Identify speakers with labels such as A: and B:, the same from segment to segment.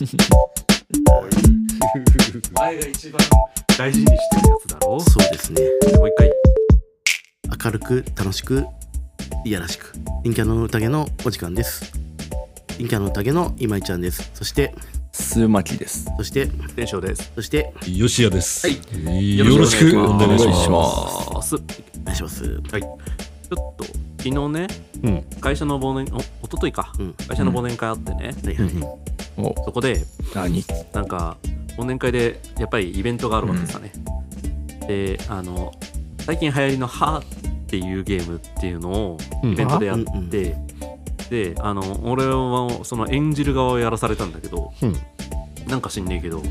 A: 明るく楽しくいやらしく陰キャの宴のお時間です陰キャの宴の今井ちゃんですそして
B: 数巻です。
A: そして
C: 伝承です。
A: そして
D: よしやです。
C: はい
D: よろしくお願いし
B: よろしくお願いし
D: ま。
B: ます
C: す。
A: お願いします
C: はい。ちょっと昨日ね、
D: うん
C: 会社の忘年お一昨日か、
A: うん
C: 会社の忘年会あってね、
A: はいは
D: う
A: い
D: ん
B: お、
C: そこで
B: 何
C: なんか忘年会でやっぱりイベントがあるわけですよね。で、あの最近流行りのハーっていうゲームっていうのを
D: うん
C: イベントでやって、
A: うんうん
C: で、あの俺はその演じる側をやらされたんだけど、
D: うん
C: なんか知んねえけど。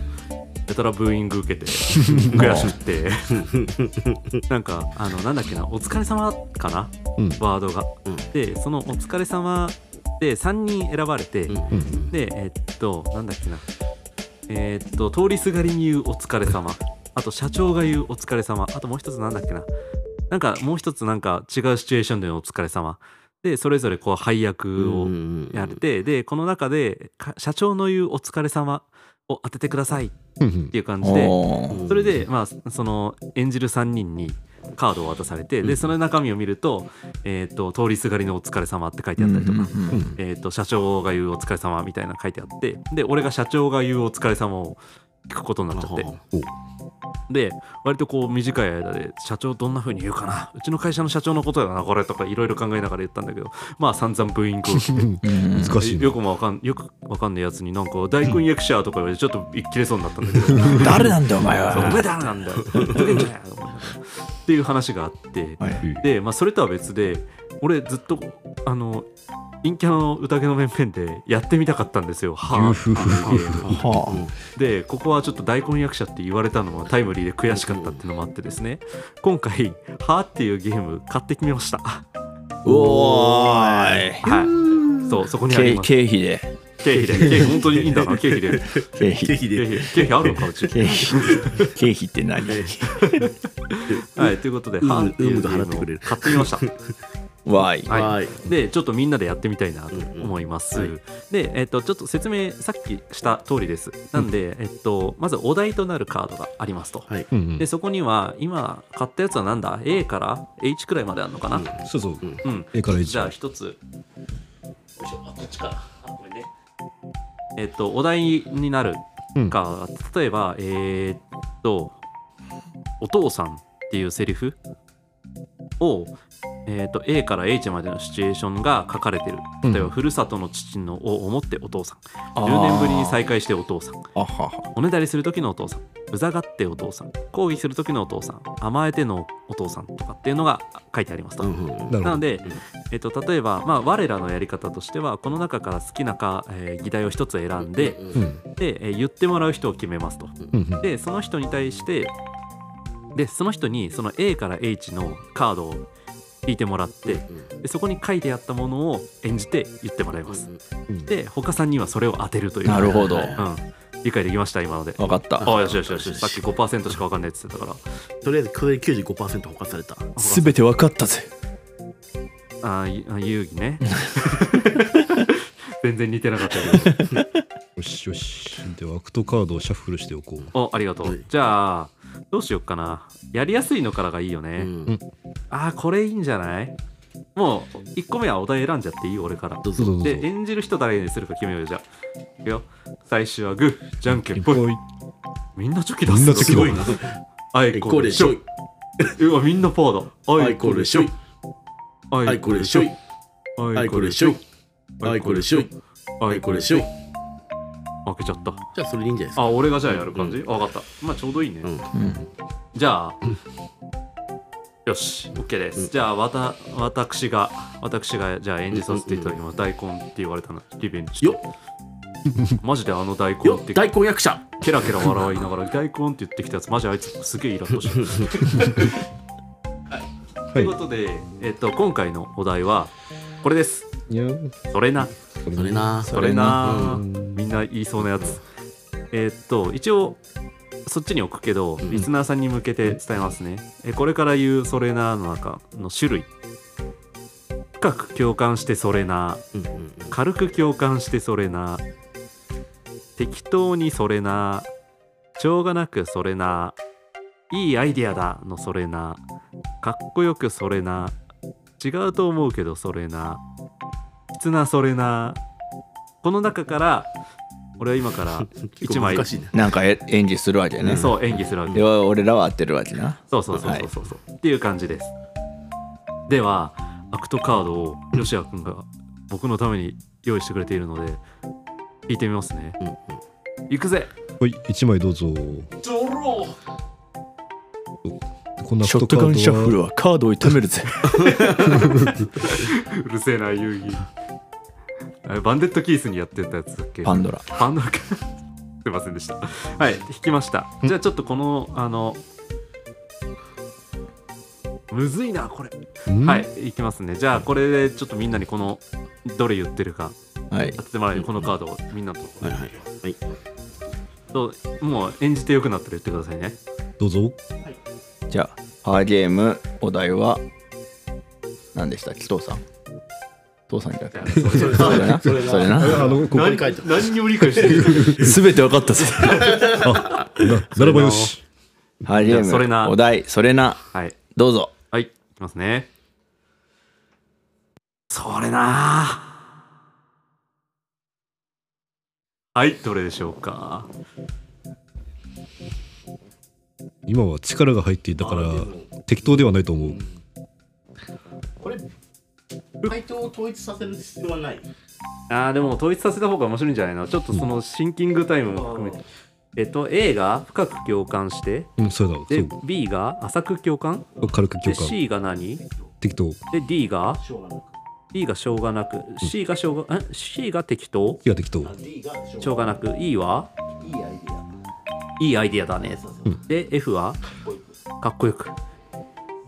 C: やたらブーイング受けて悔しくって なんかあのなんだっけな「お疲れ様かな
D: うん
C: ワードが、
A: うん
C: でその「お疲れ様で3人選ばれて、
A: うん
D: うん
C: でえっとなんだっけなえっと通りすがりに言う「お疲れ様あと社長が言う「お疲れ様あともう一つなんだっけななんかもう一つなんか違うシチュエーションでの「お疲れ様でそれぞれこう配役を
A: うん
C: やれて、でこの中でか社長の言う「お疲れ様を当ててくださいっ
D: うんうん
C: ていう感じで
B: お
A: うん
C: それで、まあ、その演じる3人にカードを渡されて、でその中身を見ると,、えー、と通りすがりのお疲れ様って書いてあったりとか、えー、と社長が言うお疲れ様みたいなの書いてあってで俺が社長が言うお疲れ様を聞くことになっちゃってで割とこう短い間で社長どんな風に言うかなうちの会社の社長のことだなこれとかいろいろ考えながら言ったんだけどまあ散々ブーイングを受けて
D: 難しいね
C: よくもわかんよくわかんないやつになんか大根役者とか言われてちょっと切れそうになったんだけど
B: 誰なんだお前
C: そうお
B: は。
C: 前誰なんだよ。どけんじゃねえよお前っていう話があって、
D: はい
C: で、まあ、それとは別で、俺ずっと、あの、陰キャの宴の面々でやってみたかったんですよ。は
D: ふふふ
C: あ
B: は
C: で、ここはちょっと大根役者って言われたのはタイムリーで悔しかったっていうのもあってですね、今回、はあっていうゲーム買ってきました。は
B: あおーい。
C: い。そう、そこにあり
B: 経
C: ます。
B: 経費で。
C: 経費で、 経費、本当にいいんだな、経費で。
B: 経費。
A: 費
C: 経費、経費あるのか、うち。
B: 経費。経費って何
C: はい、ということで、
A: うん
C: はあっていうゲ
A: うん払ってく
C: ー
A: れ
C: ム
A: る
C: を買ってみました。
B: わい。
C: はい
A: はい
C: でちょっとみんなでやってみたいなと思います、
A: うんうんは
C: で、えっとちょっと説明さっきした通りですなんで、えっと、まずお題となるカードがありますと、
A: はい
D: うんうん
C: でそこには今買ったやつはなんだ A から H くらいまであるのかな、
D: そうそう
A: うん。
C: うん
D: A から H
C: じゃあ一つよいしょあこっちかあごめんねえっとお題になるか、例えばえーっと「お父さん」っていうセリフを、えーっと A から H までのシチュエーションが書かれてる
D: うん
C: 例えば「ふるさとの父のを思ってお父さん」
B: あー
C: 10年ぶりに再会してお父さん」
B: あはは。
C: おねだりする時のお父さんうざがってお父さん抗議する時のお父さん甘えてのお父さんとかっていうのが書いてありますと。
A: うんうん
D: なる
C: な
D: ほ
C: の
D: ど。
C: で、えっと、例えば、まあ、我らのやり方としてはこの中から好きなか、えー議題を一つ選んで,、
A: うん
D: うん
C: でえー言ってもらう人を決めますと。
D: うんうん
C: でその人に対してでその人にその A から H のカードを引いてもらってでそこに書いてあったものを演じて言ってもらいます。で他さんにはそれを当てるという。
B: なるほど。
C: うん、理解できました今ので。
B: わかった。
C: あよしよしよしさっき5%しか分かんないって言ってたから
A: とりあえずこれ95%保管された
B: すべてわかったぜ。
C: あーゆあ遊戯ね 全然似てなかったけど
D: よしよし。では、アクトカードをシャッフルしておこう。
C: おありがとうじゃあどうしよっかなやりやすいのからがいいよ
A: う
C: ね、
A: ん
C: ああこれいいんじゃないもう1個目はお題選んじゃっていい俺から
A: どう
D: どうぞ
A: ぞ
D: どうぞ。
C: で演じる人誰にするか決めようよじゃあいくよ最初はグーじゃんけんぽい
D: はい
C: みんなチョキ出す
D: みんなチョキ
C: すごいなアイ
A: え
C: コ
A: こ
C: ー
A: れ
C: ル
A: し
C: シ
A: ょ
C: ョイ
A: い
C: えうわみんなパーだ
A: あいこれしょいあ
C: ア
A: いこれしょいあ
C: ア
A: い
C: イコ
A: こ
C: ール
A: れ
C: シ
A: しょ
C: ョイ
A: いあいこれしょいあいこれしょい
C: 負けちゃった
A: じゃあそれでいいんじゃないですか
C: あ俺がじゃあやる感じ、あ分かったまあちょうどいいね、
A: うん
B: うん
C: じゃあ、 よし OK です、じゃあわた私が私がじゃあ演じさせていただきます、大根って言われたのリベンジ
A: よ
C: マジであの大根
A: よ
C: って
A: 大根役者
C: ケラケラ笑いながら大根って言ってきたやつマジあいつすげえイラッ としたということで、えっと、今回のお題はこれです
D: いや
C: それな
A: それな
C: それな、みんな言いそうなやつえーっと一応そっちに置くけど、
A: ん
C: リスナーさんに向けて伝えますねえこれから言う「それな」の中の種類深く共感して「それな
A: うんうんうん」
C: 軽く共感して「それな」適当に「それな」しょうがなく「それな」いいアイディアだの「それな」かっこよくそれな違うと思うけどそれなきつなそれなこの中から俺は今から
A: 結
C: 一
A: 構
C: 枚
A: 難しいね。
B: なんかえ演技するわけね。
C: そう演技するわけ
B: では俺らは合ってるわけな。
C: そうそうそうそうそうそう、っていう感じですではアクトカードを吉谷君が僕のために用意してくれているので引いてみますね
A: うんうん
C: 行くぜ
D: はい、1枚どうぞ。
C: ドロー
D: こんな
B: ショットガンシャッフル
D: は
B: はカードを痛めるぜ。
C: うるせえな遊戯あれバンデットキースにやってたやつだっけ
B: パンドラ。
C: バンドかすいませんでしたはい弾きましたじゃあちょっとこのあのむずいなこれ
D: うん
C: はいいきますねじゃあこれでちょっとみんなにこのどれ言ってるか
B: はい
C: 当。ててもらえるこのカードをみんなと
A: はいはいはい。
C: そうもう演じてよくなったら言ってくださいね
D: どうぞ。
B: じゃあ、パワーゲーム、お題は、何でしたっけ、父さん。父さんじゃなくて。
C: それ
B: それな。それな。
D: あの、ここ、
A: 何書いて
C: 何にも理解してる
B: すべて分かった ぜ。
D: なならばよし。
B: パワーゲ
C: じゃあそれ
B: ー
C: な
B: ム、お題、それな。
C: はい
B: どうぞ。
C: はいいきますねそれなはいどれでしょうか
D: 今は力が入っていたから、適当ではないと思う。
A: これ回答を統一させる必要はない。
C: あーでも統一させた方が面白いんじゃないのちょっとそのシンキングタイムも含めて、えっと A が深く共感して
D: うん、そうだ。
C: で
D: そ
C: B が浅く共感
D: う軽く
C: で
D: 共感。
C: C が何で
D: 適当。
C: D が
A: しょうがな
C: D がしょうがなく C がしょうがん C が適当
D: いや、適当。
A: く。D がしょ
C: しょうがなく E は
A: うがいいアイデ
C: いいアイディアだね
A: そう
C: で F はかっこよく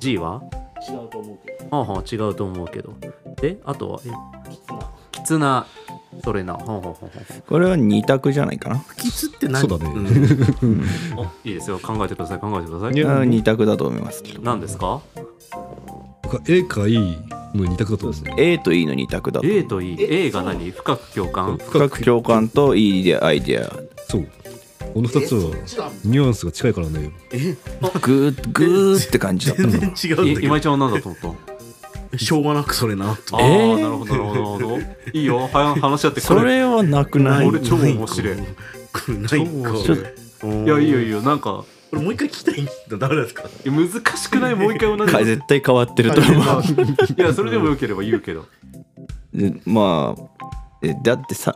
C: G は
A: ア。違うと思うけど。
C: はあはあ違うと思うけどであとはえ
A: きつな。
C: きつなそれなはあはあはあ
B: これは二択じゃないかな。
A: きつって何
D: そうだね
A: ん
C: はあおいいですよ考えてください考えてくださ
D: い
C: い
D: や
B: うん二択だと思います。
C: 何ですか
D: 僕は A か E の二択だと思うんですね。
B: A と E の二択だと。
C: A と E A が何深く共感
B: 深く共感と E でアイデア。
D: そう。この二つは、ニュアンスが近いからね。
B: グー、グーって感じだった。
A: 全然違うんだけ
C: 今井ちゃんは何だと思った
A: ど。しょうがなくそれな。
C: ああなるほどなるほどなるほどいいよは話し合って
B: それはなくない。
C: 俺超面白い
A: これないか。
C: ちょっ
A: うん
C: いやいいよいいよなんか
A: これもう一回聞きたいんだ。ダメですか。
C: え難しくないもう一回同じ
B: か絶対変わってると 思う。
C: いやそれでもよければ言うけど
B: でまあえだってさ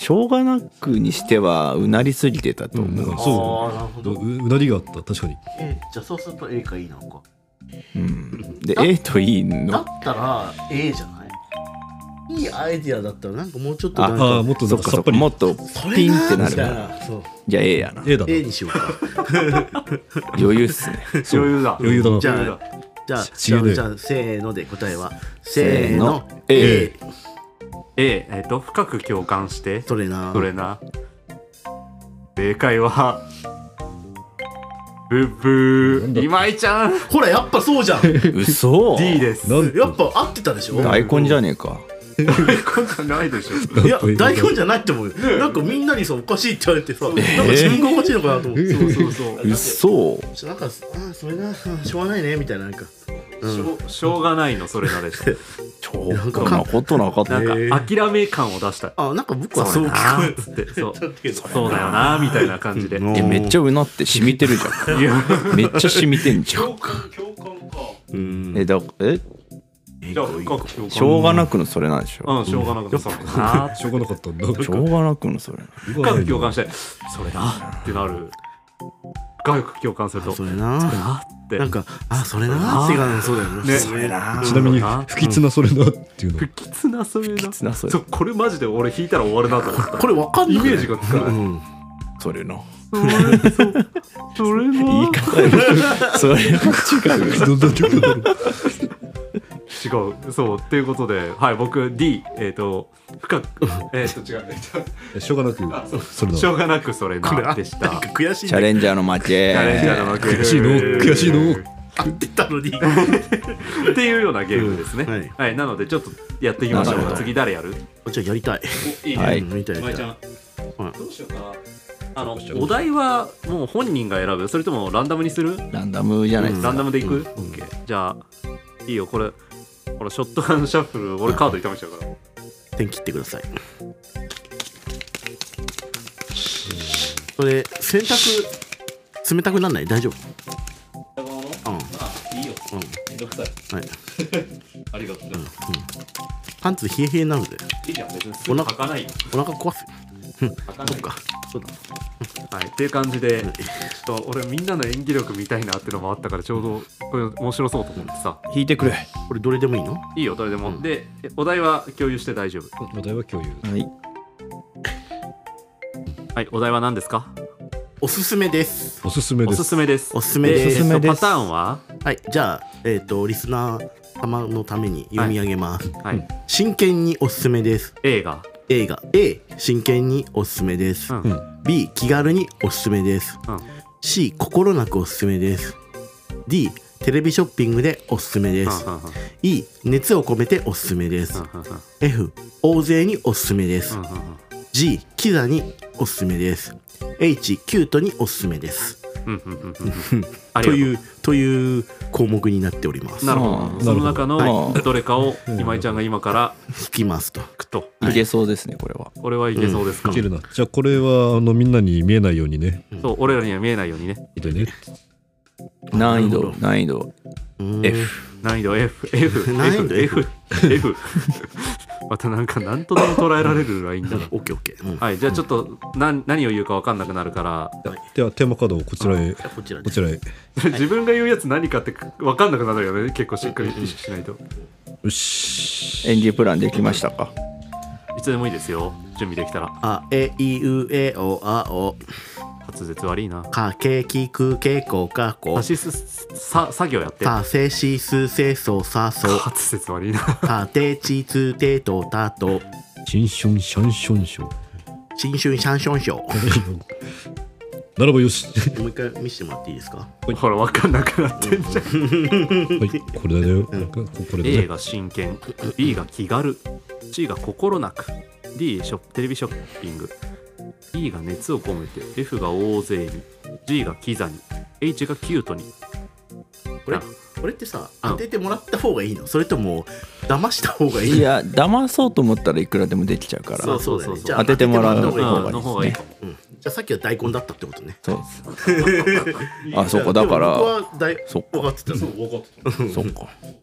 B: しょうがなくにしてはうなりすぎてたと
D: うん、だ
B: 思う
D: から、そう
A: あーなるほ
D: うう。うなりがあった、確かに。
A: えじゃあそうすると A か E なのか。
B: うんで A と E
A: だ
B: の
A: ったら A じゃない。いいアイディアだったらなんかもうちょっとなん
D: ああ
A: か
D: ー、もっとな
B: そ
D: ん
B: っ
D: かさ
B: かそ
D: っぱ
B: っか
D: り。
B: もっと
A: それ
B: ピン
A: な
B: ってな
A: みたい
B: る
A: な。そう。
B: じゃあ A やな
D: A だな。
A: A にしようか。
B: 余裕っ すね
C: 余裕だ
D: 余裕だな。
A: じゃあ
C: 余裕だ
A: じゃあ、
D: し
A: じゃあ
D: しげる
A: じゃあせーので答えは、せーの、
B: せーの
A: A
B: A、
C: A えっと深く共感して
A: それな。
C: それな正解はブッブー今井ちゃん
A: ほら、やっぱそうじゃん。
B: 嘘
C: D です
D: なん
A: やっぱ合ってたでしょいや、
B: 大根じゃねえか
C: 大根じゃないでしょ
A: 大根じゃないって思うよ。なんかみんなにさ、おかしいって言われてさ、なんか自分がおかしいのかなと思って。
C: そうそうそう
B: 嘘
A: なんか、あーそれな、うんしょうがない ね、みたいな、なんか。
C: しょうしょうがないのそれなでした
B: 超こんなことなか
C: な
B: った
A: へ
C: ん
A: ー
C: か諦め感を出した
A: あ、なんか僕はそう
C: だ
A: 聞こ
C: な
A: え
C: っつってそう
A: たけど。
C: そうだよなみたいな 感じで
A: うん
B: いやめっちゃうなって染みてるじゃ
C: いや
B: んめっちゃ染みてんじゃん
A: うん
B: えだえ
C: じゃあ深く共感
B: しょうがなくのそれなんでしょ
C: うんしょうがなくてそうだな
D: しょうがなかったんだ。
B: しょうがなくのそれ
C: 深く共感してそれなってなる深く共感すると
A: そ
C: それ
A: れな。
C: なって
A: なんか、あ、それな、って感じそうだよな。
C: ね
A: それな。
D: ちなみに、不吉なそれなっ ていうの
C: 不。吉なそれな
B: 吉なそれ
C: うこれマジで俺引いたら終わるなと思った
A: これわかんない。
C: イメージがつ
A: う
C: かない
A: ん。
B: それの
C: それ
B: 言い
C: な
B: 方よそれは違うよ
D: どんな曲だろう。
C: 違うそうっていうことではい僕 D えっと深くえっと違うえっ
D: いやしょうがなく、それ
C: と
D: な。
C: しょうがなくそれ
A: これ
C: な
A: あ
C: でした
A: なんか悔しいん
B: チ
A: だ
B: ャ
A: け
B: レンジャーの負け。
C: チャレンジャーの負け
D: 悔しいの悔しいの
A: ど合ってた のに。
C: っていうようなゲームですね、
A: うんはい
C: はい、なのでちょっとやっていきましょ
B: なるほ
C: う
B: ど
C: 次誰やる
A: じゃあやりたい。
C: いい
B: ねはい
A: うんやりたいやりたい。
C: ん
A: はい
C: どうしようかあのお題はもう本人が選ぶそれともランダムにする
B: ランダムじゃないですか。
C: ランダムでいく、
A: うん
C: OK じゃあいいよこれこれショットガンシャッフル俺カード痛めちゃうから
A: 点切ってくださいこれ洗濯冷たくなんない大丈夫うん
C: あいいよ
A: うん
C: めんどくさい
A: はい
C: ありがとう
A: パンツ冷え冷えなので
C: いいじゃん別にす
A: お
C: ぐ
A: 腹
C: 履かないよ
A: お腹壊すよ
C: 履
A: そ
C: かな
A: っ
C: いよ
A: かそうだ
C: はいっていう感じでちょっと俺みんなの演技力見たいなってのもあったからちょうどこれ面白そうと思ってさ
B: 引いてくれ。
A: これどれでもいいの
C: いいよどれでも、
A: うん
C: でえお題は共有して大丈夫
D: お題は共有
B: はい。
C: はいお題は何ですか
A: おすすめです
D: おすすめ
C: お
D: ですす
C: すめです
A: おすすめです
C: えー
B: おすすめです
C: パターンは
A: はいじゃあえっ、とリスナー様のために読み上げます、
C: はい、
A: 真剣におすすめです
C: 映画
A: 映画 A 真剣におすすめです、
C: うん、
D: うん
A: B 気軽におすすめです、
C: うん
A: C 心なくおすすめです D テレビショッピングでおすすめです、
C: うんうんうん
A: E 熱を込めておすすめです、
C: うんうん
A: F 大勢におすすめです、
C: うんうんうん
A: G キザにおすすめです H キュートにおすすめです
C: うんうんうんうんうんありが
A: と
C: と
A: いううという項目になっております
C: なるほ
B: なるほ
C: ど
B: ど
C: その中の
B: はい
C: どれかを今井ちゃんが今から
A: 引きますと
C: くと
B: いけそうですね、これは。
C: 俺はいけそうですか、
D: いけるなじゃあこれはあのみんなに見えないようにね
C: そう俺らには見えないようにね
D: でね
B: 難易
A: なる
B: 度
A: ほ、
B: 難易度。
A: うーん
B: F
C: 難易度 FFF
A: 難易度
C: F F またなんか何とでも捉えられるラインだな
A: オッケーオッケー、うん
C: はいじゃあちょっと何何を言うか分かんなくな るから
D: ではテーマカードをこちらへ
A: じゃあこちらで
D: こちらへ
C: 自分が言うやつ何かって分かんなくなるよね結構しっかり意識しないと
D: よし
B: 演技プランできましたか。
C: いつでもいいですよ準備できたら
A: あえいうえおあお
C: 滑舌悪いな
A: かけきくけこかこ
C: 足すさ作業やって滑
A: させしすせそさ そ
C: 舌悪いな
A: かてちつてとたと
D: シンションシャンションション
A: 新春シャンションショー
D: ならば よし
A: もう一回見せてもらっていいですか
C: ほら分かんなくなってんじゃん
D: はいこれだよここれだ
C: A
D: ね
C: が真剣 B が気軽 C が心なく D ショップテレビショッピング E が熱を込めて F が大勢に G がキザに H がキュートに
A: これ
C: あ
A: これってさ
C: うん
A: 当ててもらった方がいいのそれとも騙した方がいい
B: い
A: の
B: や、騙そうと思ったらいくらでもできちゃうから。
C: そ
B: そうう
C: そうそうそう
A: じゃあ
B: 当ててもらう
A: 当ててもらった方がいい
B: うん
C: の方がいいかも
A: うんじゃあさっきは大根だったってことね
B: あ、そうか、だか
A: いやでも
B: ら。
A: 僕は大
B: そっ
A: 分かってたの
B: そっか。
A: うん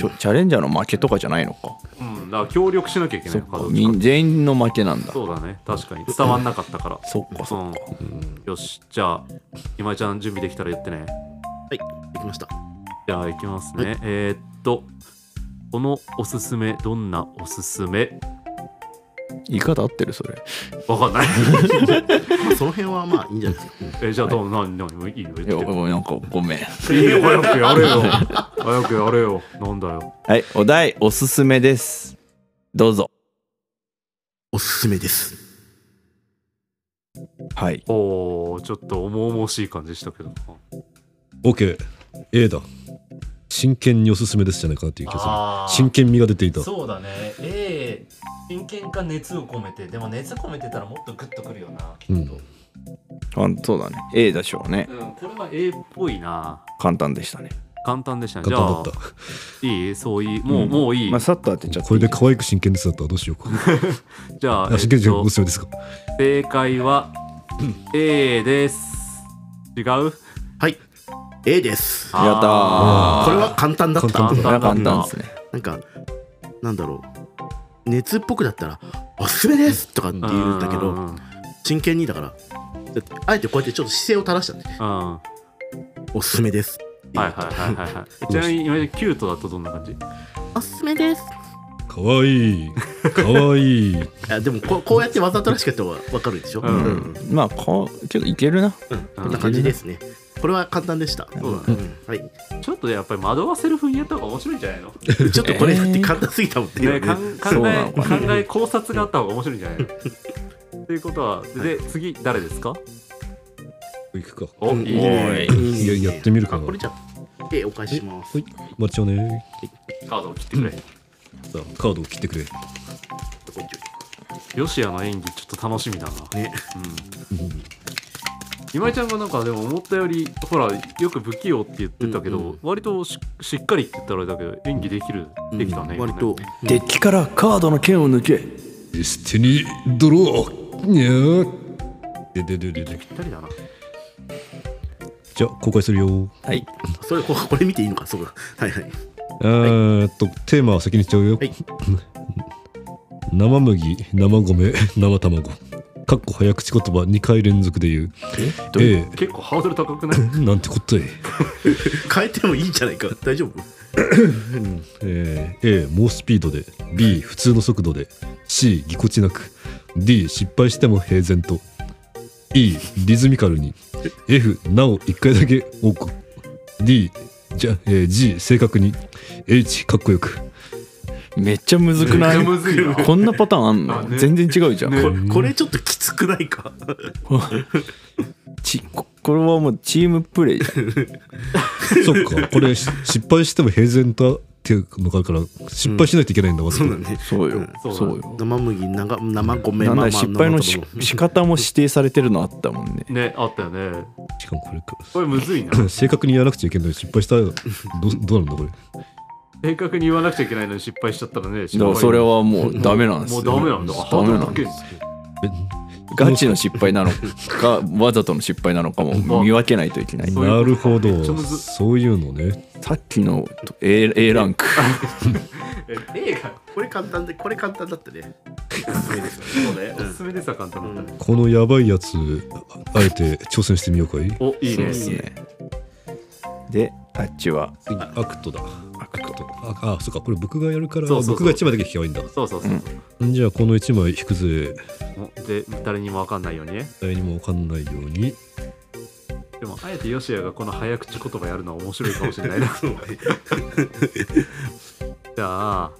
B: ちょチャレンジャーの負けとかじゃないのか。
C: うんだから協力しなきゃいけな
B: そ
C: い
B: っ
C: の
B: か
C: か。
B: みん全員の負けなんだ。
C: そうだね確かに伝わんなかったから
B: そっか、そっか。
C: うんよしじゃあ今井ちゃん準備できたら言って
A: は
C: ね
A: いできました
C: じゃあ行きますね、えーっとこのおすすめどんなおすすめ
B: 言い方合ってる、それ。
C: わかんない
A: まあその辺はまあいいんじゃないですか
C: えじゃあどう何何いいよ言っ
B: い
C: て
B: や、
C: よ
B: もうなんか、ごめん。
C: いいよ早くやれよ早くやれよなんだよ
B: はい、お題、おすすめです。どうぞ。
A: おすすめです
B: はい。
C: おーちょっと重々しい感じしたけどな
D: OKA だ真剣におすすめですじゃないかなっていう気
C: あ
D: が
C: ー
D: する真剣味が出ていた
C: そうだね A 真剣か熱を込めてでも熱込めてたらもっとグッとくるよなき
D: うん
B: あそうだね。A でしょうね。
C: うん、これは A っぽいな
B: 簡単でしたね。
C: 簡単でしたねじ
D: 簡
C: ゃ
D: 単
C: あ
D: だっ
C: いいそういいもう、
B: ん
C: もういい、
B: まあ、さっと当てち
D: た
B: ゃって
D: これで可愛く真剣ですだったらどうしようか
C: じゃあ、
D: あ真剣
C: えっ
D: じゃ
C: と
D: おすすめですか
C: 正解は A です違う
A: はい A ですこ
B: やったー
C: あー
A: れは簡単だった
D: 簡単
B: これは
C: 簡単
B: 簡
C: だ
B: 単ですね。
A: なんかなんだろう熱っぽくだったら「おすすめです!」とかって言うんだけ
C: う
A: ど
C: ん
A: 真剣にだからだってあえてこうやってちょっと姿勢を垂らしたんで
C: は
A: 「おすすめです」
C: いはいはいはいはいちなみに今キュートだとどんな感じ
A: おすすめです
D: 可愛い可愛 い
A: いやでもこうこうやってわざとらしくやった方が分かるでしょ、
C: う
A: うんん
B: うんまあ、こう、けどいけるな。
A: こんな感じですねこれは簡単でした、
C: そうだ
A: う
C: ね
A: んはい、
C: ちょっとやっぱり惑わせる風にやった方が面白いんじゃないの
A: ちょっとこれ
B: えー
A: だって簡単すぎたもんね,、
C: ねかん
B: そう
C: 考
B: な
C: え
B: の
C: 考
B: かな
C: え考察があった方が面白いんじゃないのということはで次誰ですか
D: いくか
C: お
A: うん
C: いいね
B: おい
A: いいね
D: いややってみるか
A: あ
D: な
A: これじゃあえお返しします
D: はい待ちをね
C: カードを切ってくれ
D: さあカードを切ってくれ
A: こっち
C: ヨシアの演技ちょっと楽しみだな
A: ね
C: うん今井ちゃんがなんかでも思ったよりほらよく不器用って言ってたけど、
A: うんうん
C: 割とししっかりって言ったらあれだけど演技できる、
A: うん
C: できたね
A: 割と、
E: デッキからカードの剣を抜け
D: ステにドローにゃーででででで
C: ぴったりだな
D: じゃあ公開するよ
B: はい。
A: それここれ見ていいのかそうか はいはい
D: えーっとテーマは先にしちゃうよ、
A: はい
D: 生麦生米 生卵かっこ早口言葉2回連続で言う
B: どうい
D: え
C: 結構ハードル高くない
D: えなんてことえ
A: 変えてもいいんじゃないか 大丈夫
D: えー A 猛スピードで B 普通の速度で C ぎこちなく D 失敗しても平然と E リズミカルに F なお1回だけ多く D じゃ、えー G 正確に H かっこよく
B: めっちゃむずくない
C: めっちゃむずいな
B: こんなパターンあんの、
C: あね
B: 全然違うじゃん。
C: ね
A: これこれちょっときつくないか
B: ちここれはもうチームプレイじゃん。
D: そっかこれし失敗しても平然とっていうのがあるから失敗しないといけないんだ わ、
A: そうだね
B: そうよ。
C: そうだ
B: そうよ。
A: 生麦生生米
B: なん
A: ま
B: な
A: あ
B: ら失敗のし
A: 生卵
B: 仕方も指定されてるのあったもんね。
C: ねあったよね
D: しかもこれか
C: これむずいな
D: 正確にやらなくちゃいけない失敗したらどうどうなん だこれ
C: 正確に言わなくちゃいけないのに失敗しちゃったらね失
B: だか
C: 敗
B: らそれはもうダメなんです
C: も
B: よ。
C: うダメなんだハー
B: ダメ
C: ド
B: な
C: ル
B: ん
C: 高いん
B: で。
C: ですすよ
B: ガチの失敗なのか、わざとの失敗なのかも見分けないといけない。
C: そういうこと
D: なるほ
C: めっちゃ
D: ど
C: むず
D: そういうのね
B: さっきの A, A ランク。
A: え A がこれ簡単でこれ簡単だったね
C: そうねおすすめですわ簡単だったら
D: このやばいやつああえて挑戦してみようかい
C: おいいね
B: そうですね。で、あっちは
D: 次アクトだ
B: アクト。
D: ああそっかこれ僕がやるから
C: そうそうそう
D: 僕が1枚だけ引けばいいんだ
C: そうそうそう、
D: じゃあこの1枚引くぜ
C: おで誰にも分かんないようにね
D: 誰にも分かんないように
C: でもあえてヨシヤがこの早口言葉やるのは面白いかもしれない な
A: そうね
C: じゃあ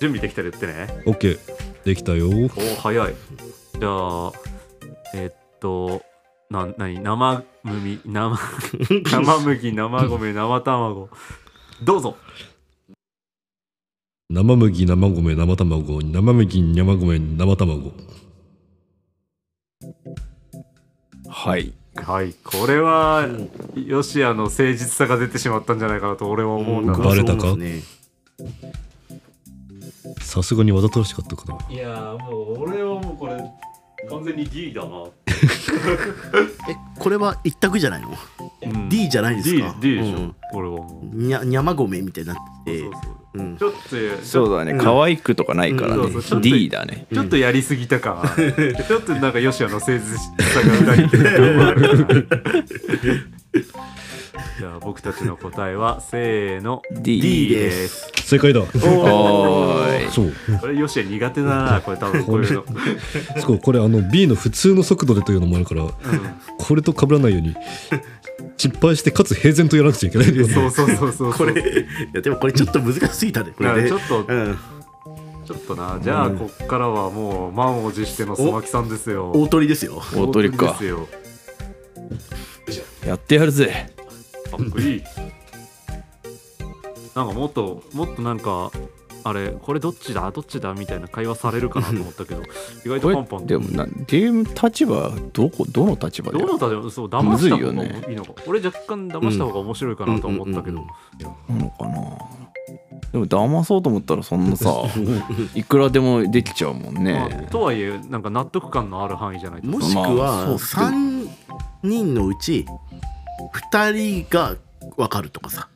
C: 準備できたら言ってね
D: OK できたよ
C: おー早いじゃあえっとな何生麦 生生麦生米生卵どうぞ
D: 生麦生米生卵生麦生米生卵
B: はい。
C: はいこれはヨシヤの誠実さが出てしまったんじゃないかなと俺は思うんだ
D: う
C: なん
D: バレたか
A: そうですね
D: さすがにわざとらしかったかない
C: やーもう俺はもうこれ完全に D だな、
A: えこれは一択じゃないの、D じゃないです
C: D,
A: か
C: D でしょ、
A: うん
C: これはもう
A: にゃにゃまごめみたいになってて
C: そうそう
A: うん
C: そうちょっと
B: そうだね。可愛くとかないからね
C: うんそうそう。
B: D だね。
C: ちょっとやりすぎたか、 ちょっとなんかヨシアの誠実さが裏切ってる感もあるからじゃあ僕たちの答えはせーの
B: D
C: D で
A: D
C: す
A: す
D: 正解だ
B: おーい。
D: そう
C: これヨシア苦手だなこれ多 分こういうの
D: そうこれあの B の普通の速度でというのもあるから、これと被らないように失敗してかつ平然とやらなくちゃいけない
C: そうそうそうそう
A: これいやでもこれちょっと難しすぎたねこれね
C: いやちょっと
A: うん
C: ちょっとなじゃあこっからはもう満を持しての須巻さんですよ
A: 大鳥ですよ
B: 大鳥
C: 大
B: か
C: ですよ
B: やってやるぜ
C: かっこいいなんかもっともっとなんかあれこれどっちだどっちだみたいな会話されるかなと思ったけ ど意外と
B: こ
C: パンパン
B: れでもなゲーム立場どこどの立場で
C: ど
B: やる
C: なたでもそう騙した方
B: む
C: が
B: ずいよね
C: いいのか、俺若干騙した方が面白いかなと思ったけど、
A: うんうんうん
B: なのかなでも騙そうと思ったらそんなさいくらでもできちゃうもん
C: まあ
B: ね
C: とはいえなんか納得感のある範囲じゃないと
A: もしく
B: ま
A: は
B: あそう
A: 3人のうち2人が分かるとかさ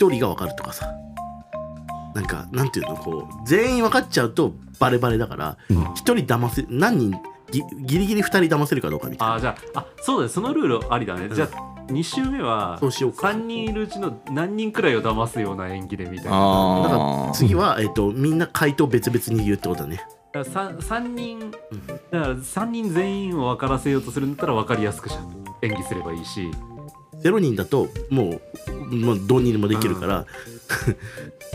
A: 1人が分かるとかさなんかなんていうのこう全員分かっちゃうとバレバレだから1人騙せ何人ぎギリギリ2人騙せるかどうかみたい
C: あ
A: な
C: あじゃああそうだねそのルールありだね、じゃあ2周目は
A: そうしようか
C: 3人いるうちの何人くらいを騙すような演技でみたいな
A: だ
B: あ
A: から
B: ー
A: 次は、えっとみんな回答別々に言うってことだね
C: だから 3, 人だから三人全員を分からせようとするんだったら分かりやすくし演技すればいいし
A: 0人だともうもうどうにでもできるから、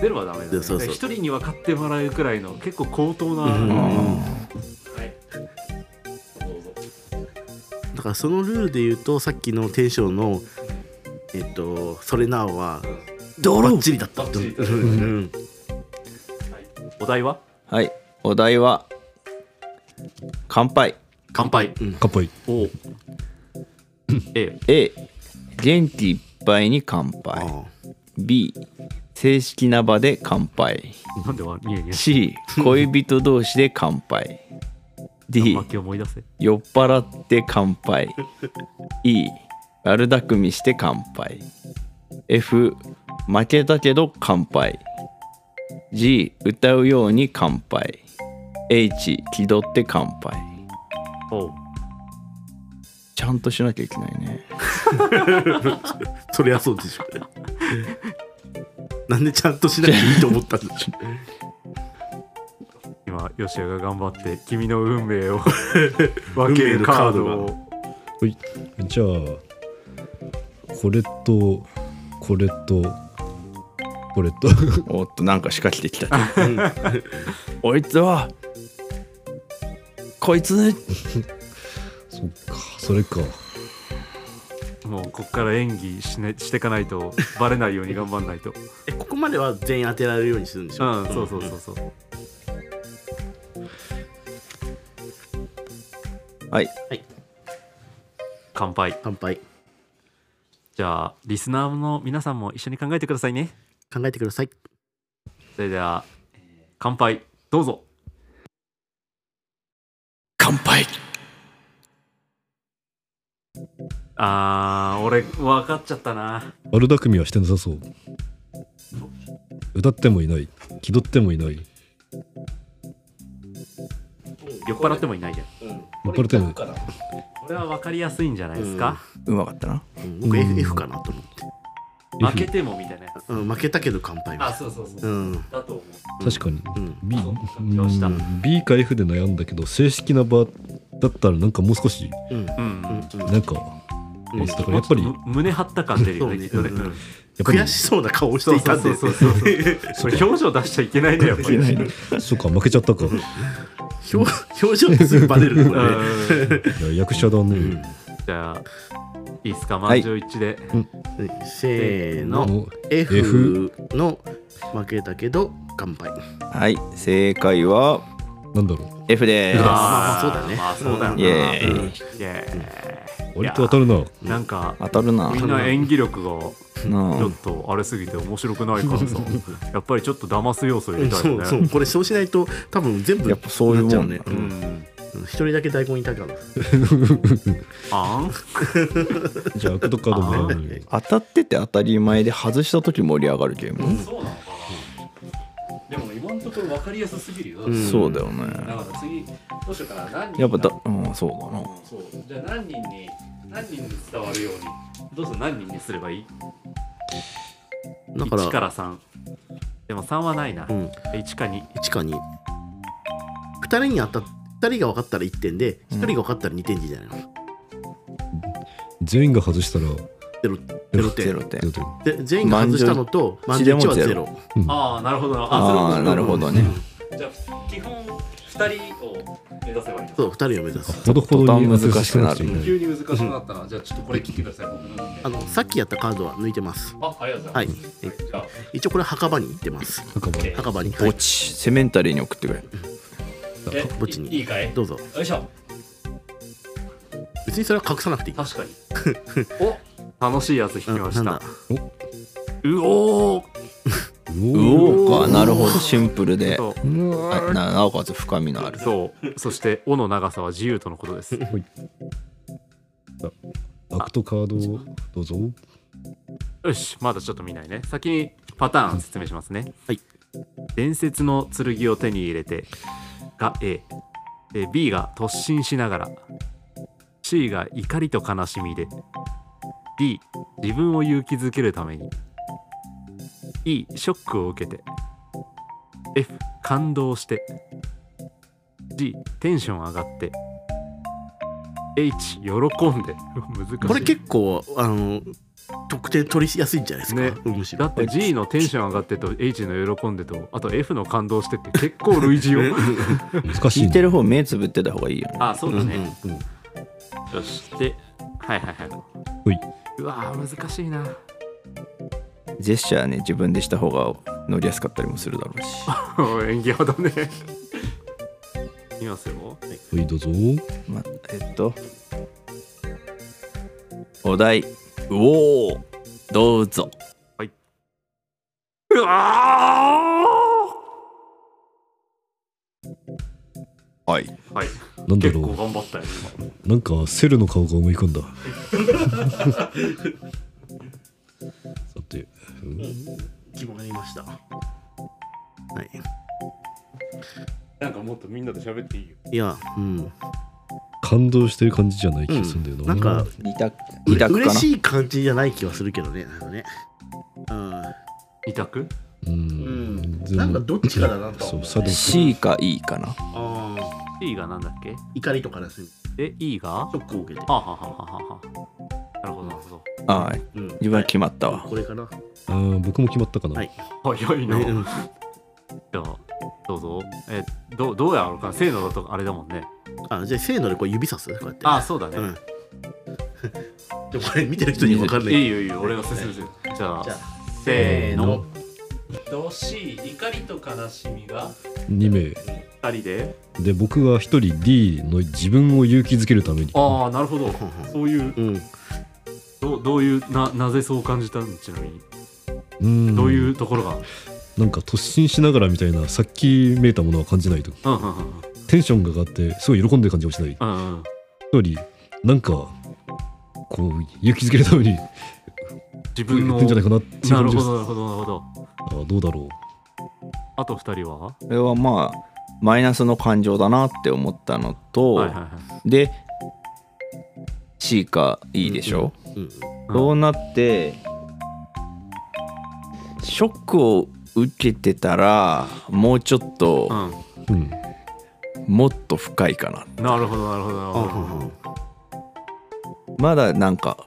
C: ゼロはダメだ、ね、
A: そうそう
C: だから一人に分かってもらうくらいの結構高等な、
A: うん
C: は
B: あ
C: いどうぞ
A: だからそのルールで言うとさっきのテンションのえっとそれなおは
E: ド
A: バ
E: ロ
A: ッ
E: ー
A: チリだった
C: バッチリ
A: うん
C: お題は
B: はいお題は乾杯
A: 乾杯、うん
D: 乾杯
C: お A
B: A 元気いっぱいに乾
A: あ
B: 杯
A: ー
B: B 正式な場で乾杯
C: なんでわニヤニヤし
B: C 恋人同士で乾杯 D
C: 負け思い出せ
B: 酔っ払って乾杯 E 悪巧みして乾杯 F 負けたけど乾杯 G 歌うように乾杯 H 気取って乾杯
C: おう
B: ちゃんとしなきゃいけないね
A: そりゃそうでしょなんでちゃんとしなきゃいいと思ったん でしょ
C: 今吉谷が頑張って君の運命を 分
A: 運命
C: ける
A: のカ
C: カ
A: ー
C: ー
A: ドが
C: ドを
D: はいじゃあこれとこれとこれと
B: おっとなんか仕掛けてきたおいつはこいつ
D: そっかそれか
C: もうこっから演技し,、ね、してかないとバレないように頑張んないとうん
A: えここまでは全員当てられるようにするんでしょ、
C: そうそうそうそう
B: はい
C: 乾杯
A: 乾杯
C: じゃあリスナーの皆さんも一緒に考えてくださいね
A: 考えてください
C: それではえー乾杯どうぞ
B: 乾杯
C: あー俺分かっちゃったな
D: 悪巧みはしてなさそう歌ってもいない気取ってもいない
C: 酔っ払ってもいないじゃん
D: 酔っ払ってもい
A: から、
C: これは分かりやすいんじゃないですか、
B: うまかったな
A: うん、僕
D: うん
A: F, F かなと思って、
D: うん
C: 負けてもみたいなやつ
A: うん、負けたけど乾杯みたい
C: あ
A: な
C: そうそうそう、
A: うん
C: だと思う
D: 確かに
A: うん
D: B,
C: どうした
D: うん B か F で悩んだけど正式な場だったらなんかもう少し
A: うん
C: うん、
A: うん
D: なんか
A: うん
D: だからやっぱり
C: もとむ胸張った感出るよねきっ
A: そ
C: と
A: う
C: ね
A: ね、
C: うん
D: やっぱり
A: 悔しそうな顔をし
C: そ
A: て
C: う
A: い
C: そ
A: た
C: うん
A: で
C: そうそうそう それ表情出しちゃいけないねやっぱりね
D: そうか負けちゃったか
A: 表表情ってすぐバレるの
C: う
A: これね
C: ん
D: いや役者だね
C: じゃあいいっすか
B: は
C: 満
B: い
C: 場一致で、
A: うんせーの
D: の
A: F の負けたけど乾杯
B: はい正解は
D: なんだろ
B: F で
A: あ
B: す
A: ーまあまあそうだね
C: まあそうだよ
B: イエ
C: な、
B: ーイ
C: イエーイ
D: う割と当たるな
C: なんか
B: 当たるな
C: みんな演技力が
B: な
C: ちょっとあれすぎて面白くないからさやっぱりちょっと騙す要素入
A: う
C: れ
A: ん
C: たい
A: そ
C: よ
A: う
C: ね
A: そうこれそうしないと多分全部
B: やっぱそういうもん
A: なっちゃね
B: う
A: うん
C: ん
A: うん一人だけ大根いたから
C: あん
D: じゃあアクドカードもらうね
B: 当たってて当たり前で外した時盛り上がるゲーム、
C: そうなのかなでも今のところ分かりやすすぎるよ、
A: ん
B: そうだよね
C: から次どうしようかな何
B: やっぱだうんそうだな
C: そうじゃあ何人に何人に伝わるようにどうする何人にすればいい
A: だか
C: 1からら3でも3はないな、
A: うん
C: 1か2
A: 1か2 2人に当たっ2人が分かったら1点で1人が分かったら2点でいいじゃないの
D: 全員が外したら
A: ゼロゼロ点
B: ゼロ点
D: ゼロ点
A: で全員が外したのと満
B: 満
A: 場
B: 場
A: 一致は
B: 一致
A: ゼ
B: で
A: ロ
B: も
C: ああなるほどな
B: ああなるほどね
C: どじゃあ基本2人を目指せばいい
A: そう2人を目指す
D: ほどほどに
B: 途端難しくなる
D: 当てさせて
C: 急に難しくなったな、じゃあちょっとこれ聞いてください僕の運命
A: あのさっきやったカードは抜いてます
C: あありがとうございます、
A: はい
C: じゃあ
A: 一応これ墓場に行ってます
D: なんかもう
A: 墓場には
B: 墓
A: い
B: 地セメンタリーに送ってくれ
C: え
A: 墓地に
C: いいいかい
A: どうぞ
C: よいしょ
A: 別にそれは隠さなくていい
C: 確かにお楽しいやつ
A: う
C: 弾
A: ん
C: きま
A: な
C: し
A: ん
C: た
A: だ
C: うおー
B: うおーかなるほどシンプルで
C: そう
B: はいななおかつ深みのある
C: そうそして尾の長さは自由とのことです
D: アクトカードをどうぞ
C: よしまだちょっと見ないね先にパターン説明しますね
A: はい
C: 伝説の剣を手に入れてが A で B が突進しながら C が怒りと悲しみで D 自分を勇気づけるために E ショックを受けて F 感動して G テンション上がって H 喜んで 難しい
A: これ結構あの得点取りやすいんじゃないですか、
C: ね
A: うんむしろ
C: だって G のテンション上がってと H の喜んでとあと F の感動してって結構類似よ
D: 難し
B: 聞
D: い
B: いて
D: ね
B: る方目つぶってた方がいいよね
C: あそうだね、
A: うんうん
C: そしてはいはいはい
D: ほいう
C: わー難しいな
B: ジェスチャーね自分でした方が乗りやすかったりもするだろうし
C: 演技派だねきますよ。
D: はいどうぞ
B: ま、えっとお題うおーどうぞ
C: うわ
B: はい
C: ーはい。
D: なんだ
C: 結
D: ろ
C: 構
D: う
C: 頑張ったよ。
D: なんかセルの顔が思い浮かんださて、うん
A: 決まりましたはい
C: 今なんかもっとみんなで喋っていいよ。
A: いやうん、
D: 感動してる感じじゃない気がするんだよ
A: うんな
D: な、
A: んか
B: 二択
A: う
B: 二択か
A: 嬉
B: な
A: しい感じじゃない気はするけどねなんかねう
C: 二択
D: うん、
A: ん
D: でも
A: なんかどっちかだなとは
D: そ
A: 思う
D: う佐藤
B: C か E かなん
A: ああ
C: ?E がなんだっけ
A: 怒りとかですね
C: え、E がは
A: ショックを受けて
C: あ、はあはあはあはあなるほど、なるほど。
B: ああ
A: うん
B: 自分は決まったわ
A: これかな
D: あー僕も決まったかな、
A: はい
C: 早いな。
A: ねうん
C: じゃあ、どうぞ。え、どどうやろうかせーのだとあれだもんね。
A: あじゃあせーのでこう指さすこうやって
C: あ、そうだ
A: う
C: ね
A: ん。 でもこれ見てる人に分かんない
C: いいよいいよ、俺が進むよ。じゃあ
A: じゃ、
C: せーの。愛しい怒りと悲しみが
D: 2名
C: 二人で。
D: で僕は1人 D の自分を勇気づけるために
C: ああ、なるほど
A: んうん。
C: そういう、
A: うん
C: どうどういう、ななぜそう感じたんちなみに。
D: うん
C: どういうところが。
D: なんか突進しながらみたいな殺気めいたものは感じないと
C: うんうんうん
D: テンションが上がってすごい喜んでる感じもしない
C: うんうん。
D: 一人なんかこう勇気づけるために
C: 自分
D: 言っ
C: の。
D: てんじゃないかなっていう
C: な
D: 感
C: る
D: じ
C: ほ
D: です
C: ど、なるほど、なるほど。
D: あーどうだろ
C: あと二人は
B: これはまあマイナスの感情だなって思ったのと、
C: はいはいはい。
B: で C か E でしょ、
A: うん
C: うん
B: そうなってショックを受けてたらもうちょっと、
C: う。
D: う、うん、
B: もっと深いかなん
C: なるほど、なるほど、なるほど。
A: あ
B: まだなんか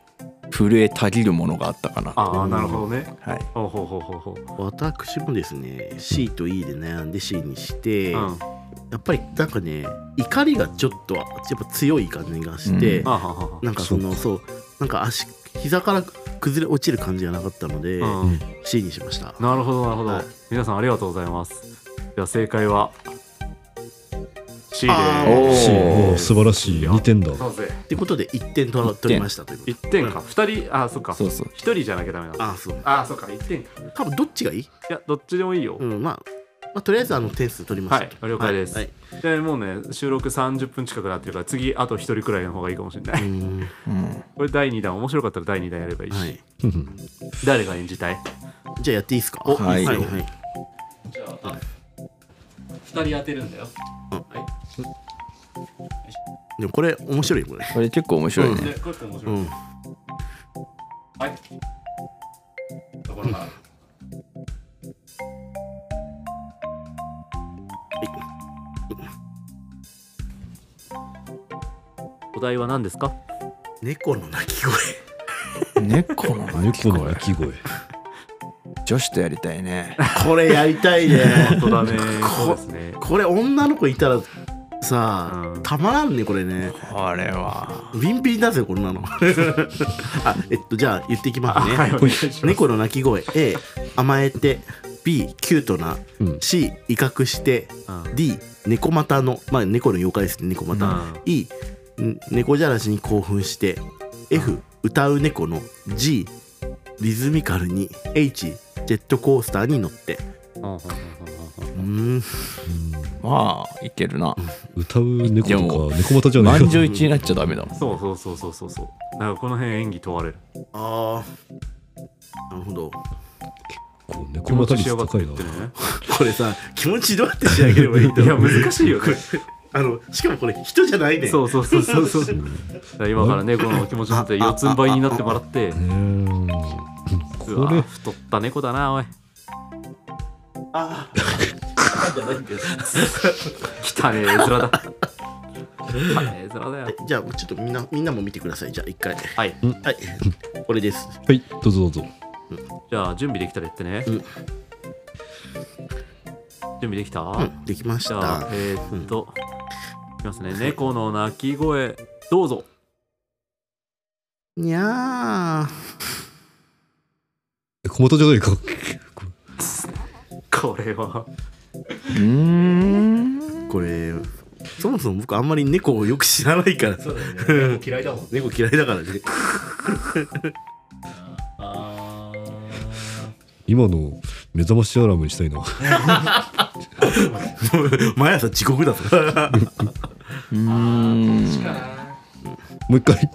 B: 震えたぎるものがあったかな
C: ああ、なるほどね。
B: はい
C: ほうほうほうほうほう。
A: 私もですね C と E で悩んで C にして、
C: うん。
A: やっぱりなんかね怒りがちょっとやっぱ強い感じがして、
B: うん
C: あははは。
A: なんかそのそうなんか足膝から崩れ落ちる感じがなかったので、
C: うん
A: C にしました
C: なるほどなるほど、
A: はい
C: 皆さんありがとうございますでは正解は C で
A: あー
B: おー
D: C
B: お
D: おー素晴らしい
C: や
D: 2点だ
C: なぜ
A: ってことで1点取ら取りましたということで
C: 1点か2人あそっか
B: そうそう
C: 1人じゃなきゃダメなんだ
A: ああそう
C: あそっか1点か
A: 多分どっちがいい、
C: いやどっちでもいいよ、
A: うんまあ、まあとりあえずあの点数取りましたと
C: はい了解です
A: はい
C: でもうね収録30分近くなってるから次あと1人くらいの方がいいかもしれな
A: う
C: い
A: んは
B: うん
C: これ第2弾面白かったら第2弾やればいいし、
A: い
D: うん
C: 誰が演じたい
A: じゃあやっていいですか
B: おはい
A: はいはい
C: じゃあ2人当てるんだよ
A: でもこれ面白いこれ
B: これ結構面白いね、
C: でこれって面白
A: う
C: い、
A: ん
C: はいところがお題は何ですか
A: 猫の鳴き声
B: 猫の鳴き
D: 猫の
B: 声
D: 鳴き声
B: 女子とやりたいね
A: これやりたいね
C: 本当だね。
A: こ
C: そうですね。
A: これ女の子いたらさ、
C: うん
A: たまらんねこれね
B: これは
A: ビンビンだぜこんな のあえっとじゃあ言っていきますね、
C: はい、お願いします。
A: 猫の鳴き声 A 甘えて B キュートな
D: うん
A: C 威嚇して
C: うん
A: D 猫股のまあ猫の妖怪ですね猫
C: う
A: 股、
C: ん
A: E ん猫じゃらしに興奮して F 歌う猫の G リズミカルに H ジェットコースターに乗って
C: うん
A: うーん
B: まあいけるな
D: 歌う猫
B: いやも
D: と
B: う
D: か猫股じゃない
B: 満
D: か
B: 場一致になっちゃダメだもん
C: そうそうそうそうそうそう。なんかこの辺演技問われる。
A: あーなるほど
D: こう猫股率高
C: 気持ち
D: いな
C: よがっ
A: これさ気持ちどうやって仕上げればいい
C: て
A: と
C: ね。い
A: 思
C: や
A: う
C: 難しいよね。
A: あのしかもこれ人じゃないね
C: そうそうそうそうそう。だから今から猫の気持ちになって四つん這いになってもらって、
D: うーん
C: う
D: こ
C: わ
D: れ
C: 太った猫だなおい。
A: あ
C: 汚ねえ絵面だ。汚ねえ絵面だよ。
A: ーじゃあちょっとみんなみんなも見てくださいじゃあ一回は
C: はい。
A: いこれです
D: はいどうぞどうぞ
C: じゃあ準備できたらやってね。
A: うん
C: 準備できた、
A: うんできまし
C: じゃあ
A: た
C: えー、っと、いきますね。猫の鳴き声どうぞ。
A: にゃ
D: 猫股じゃないか
C: これは
B: うーん
A: ーこれそもそも僕あんまり猫をよく知らないからさ
F: 嫌いだもん。
A: 猫嫌いだからね
F: あ
D: 今の目覚ましアラームにしたいな
A: もう毎朝地獄だとか
B: うーん
D: もう一回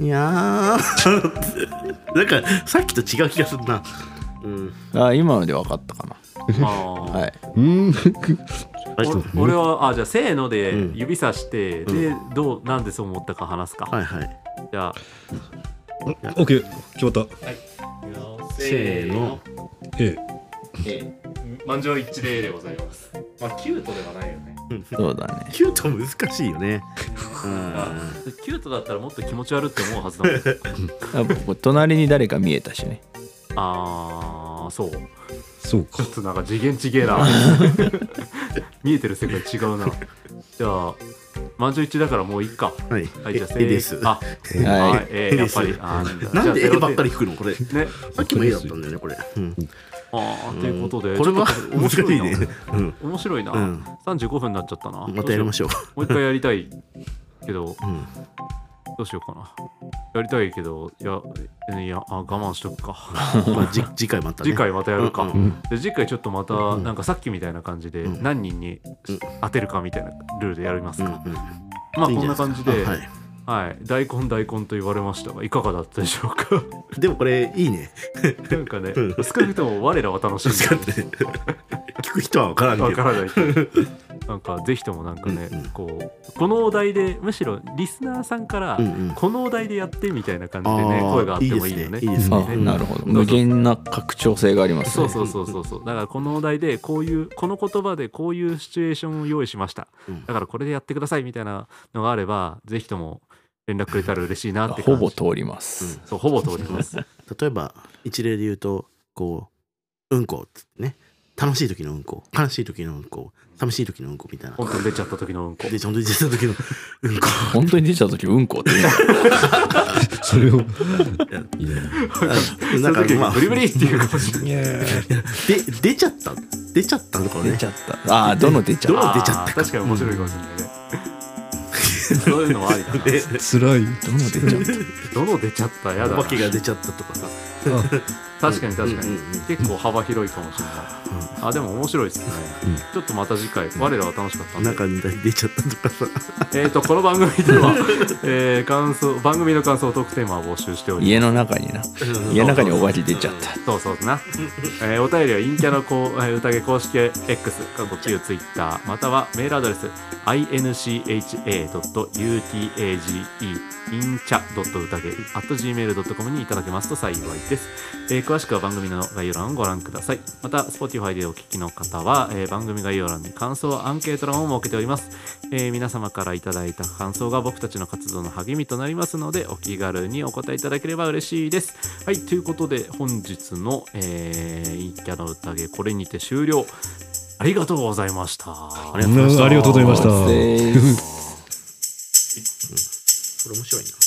A: いやーなんかさっきと違う気がするなうん
B: あ今ので分かったか
C: あ
B: な
C: ー
B: はい
D: うん
A: はい
C: お俺はあじゃあせーので
A: うん
C: 指さして、でどうなんでそう思ったか話すか、
A: はいはい
C: じゃあ
D: OK 決まった
F: あ。
A: せーの。
D: A
F: 満場一致ででございます。まあ、キュートではないよね。
B: そうだね
A: キュート難しいよねうん
C: キュートだったらもっと気持ち悪いって思うはずなん です
B: あ僕隣に誰か見えたしね
C: ああそうち
D: そう か
C: ょっとなんか次元違え な見えてる世界違うなじゃあ満場一致だからもういいか
A: はい
C: はいじゃあせ
A: 絵です
C: あ
B: は
C: はい
B: い、
C: え
A: 絵
C: ー、や
A: で
C: っ
A: す
C: ぱりあーじゃあ
A: なんで絵ばっかり
C: り
A: 吹くのこれ
C: ね
A: さっきも絵だったんだよねこれうん
C: ああということで
A: これは
C: ちょっと
A: 難しい
C: な
A: ねうん
C: 面白いな、
A: うん
C: 35分になっちゃったな
A: またやりましょう
C: ょうもう一回やりたいけど
A: うん
C: どうしようかなやりたいけどいやいやあ我慢しとくか
A: まあじ次回またね
C: 次回またやるか、
A: うんう
C: で次回ちょっとまた、なんかさっきみたいな感じで、
A: うん
C: 何人に当てるかみたいなルールでやります
A: うん
C: か、
A: うん
C: まあ
A: いいじゃ
C: こんな
A: す
C: い
A: か
C: 感じで
A: あ
C: は、
A: はいい
C: 大根大根と言われましたがいかがだったでしょ うか
A: でもこれいい ね
C: なんかね少なくとも我らは楽しん
A: 使っ
C: で
A: て聞く人は分からんけど
C: わからないけ どなんかぜひともなんかね、こうこのお題でむしろリスナーさんから、
A: うんうん
C: このお題でやってみたいな感じ
A: あ
C: でね
A: ー
C: 声があってもいいよね
A: いいですねいい
B: あ
A: ですね
B: なるほど無限な拡張性があります
C: そう
B: ね
C: そうそうそうそうだからこのお題でこういうこの言葉でこういうシチュエーションを用意しました、
A: うん
C: だからこれでやってくださいみたいなのがあればぜひとも連絡くれたら嬉しいなって感
B: ほ
C: じ
B: ぼ通ります、
C: そうほぼ通ります
A: 例えば一例で言うとこううんこっつってね楽しい時のうんこ悲しい時のうんこ寂しい時のうんこみたいな
C: 本当に出ちゃった時のうんこ
A: でちゃんと出てた時のうんこ
B: 本当に出ちゃった時うんこって言うんだ
D: それをい
A: あ
C: そ
A: な
C: の
A: んか
C: 時
A: まあ
C: ブリブリっていうかもしれない
D: やいや
A: で出ちゃった出ちゃったのか
B: 出
A: ね
B: ちゃったああどの出ちゃっ
A: どの
B: た
A: 出ちゃった
C: あー確かに面白いかもしれないねそういうのもありだな
A: で
D: 辛い
B: どの 出ちゃった
C: どの出ちゃったやだ
A: お
C: な
A: 化けが出ちゃったとかさ
C: 確かに確かに、
A: うんうんうん
C: 結構幅広いかもしれない、あでも面白いですね、
D: うん
C: ちょっとまた次回我らは楽しかったんで
A: 中に出ちゃったとかさ
C: えー、とこの番組では、 えー感想番組の感想トークテーマを募集しており
B: 家の中にな家の中におばけ出ちゃった
C: そうそうな、えーお便りは陰キャのこうえー宴公式 X 過去旧 Twitter またはメールアドレス incha.utageincha.utage gmail.com にいただけますと幸いです、えー詳しくは番組の概要欄をご覧くださいまた Spotify でお聞きの方は、えー番組概要欄に感想アンケート欄を設けておりますえー皆様からいただいた感想が僕たちの活動の励みとなりますのでお気軽にお答えいただければ嬉しいです。はい、ということで本日の「えー、インキャの宴」これにて終了ありがとうございました。あ
D: ありがとうございました
B: せーの
A: これ面白いな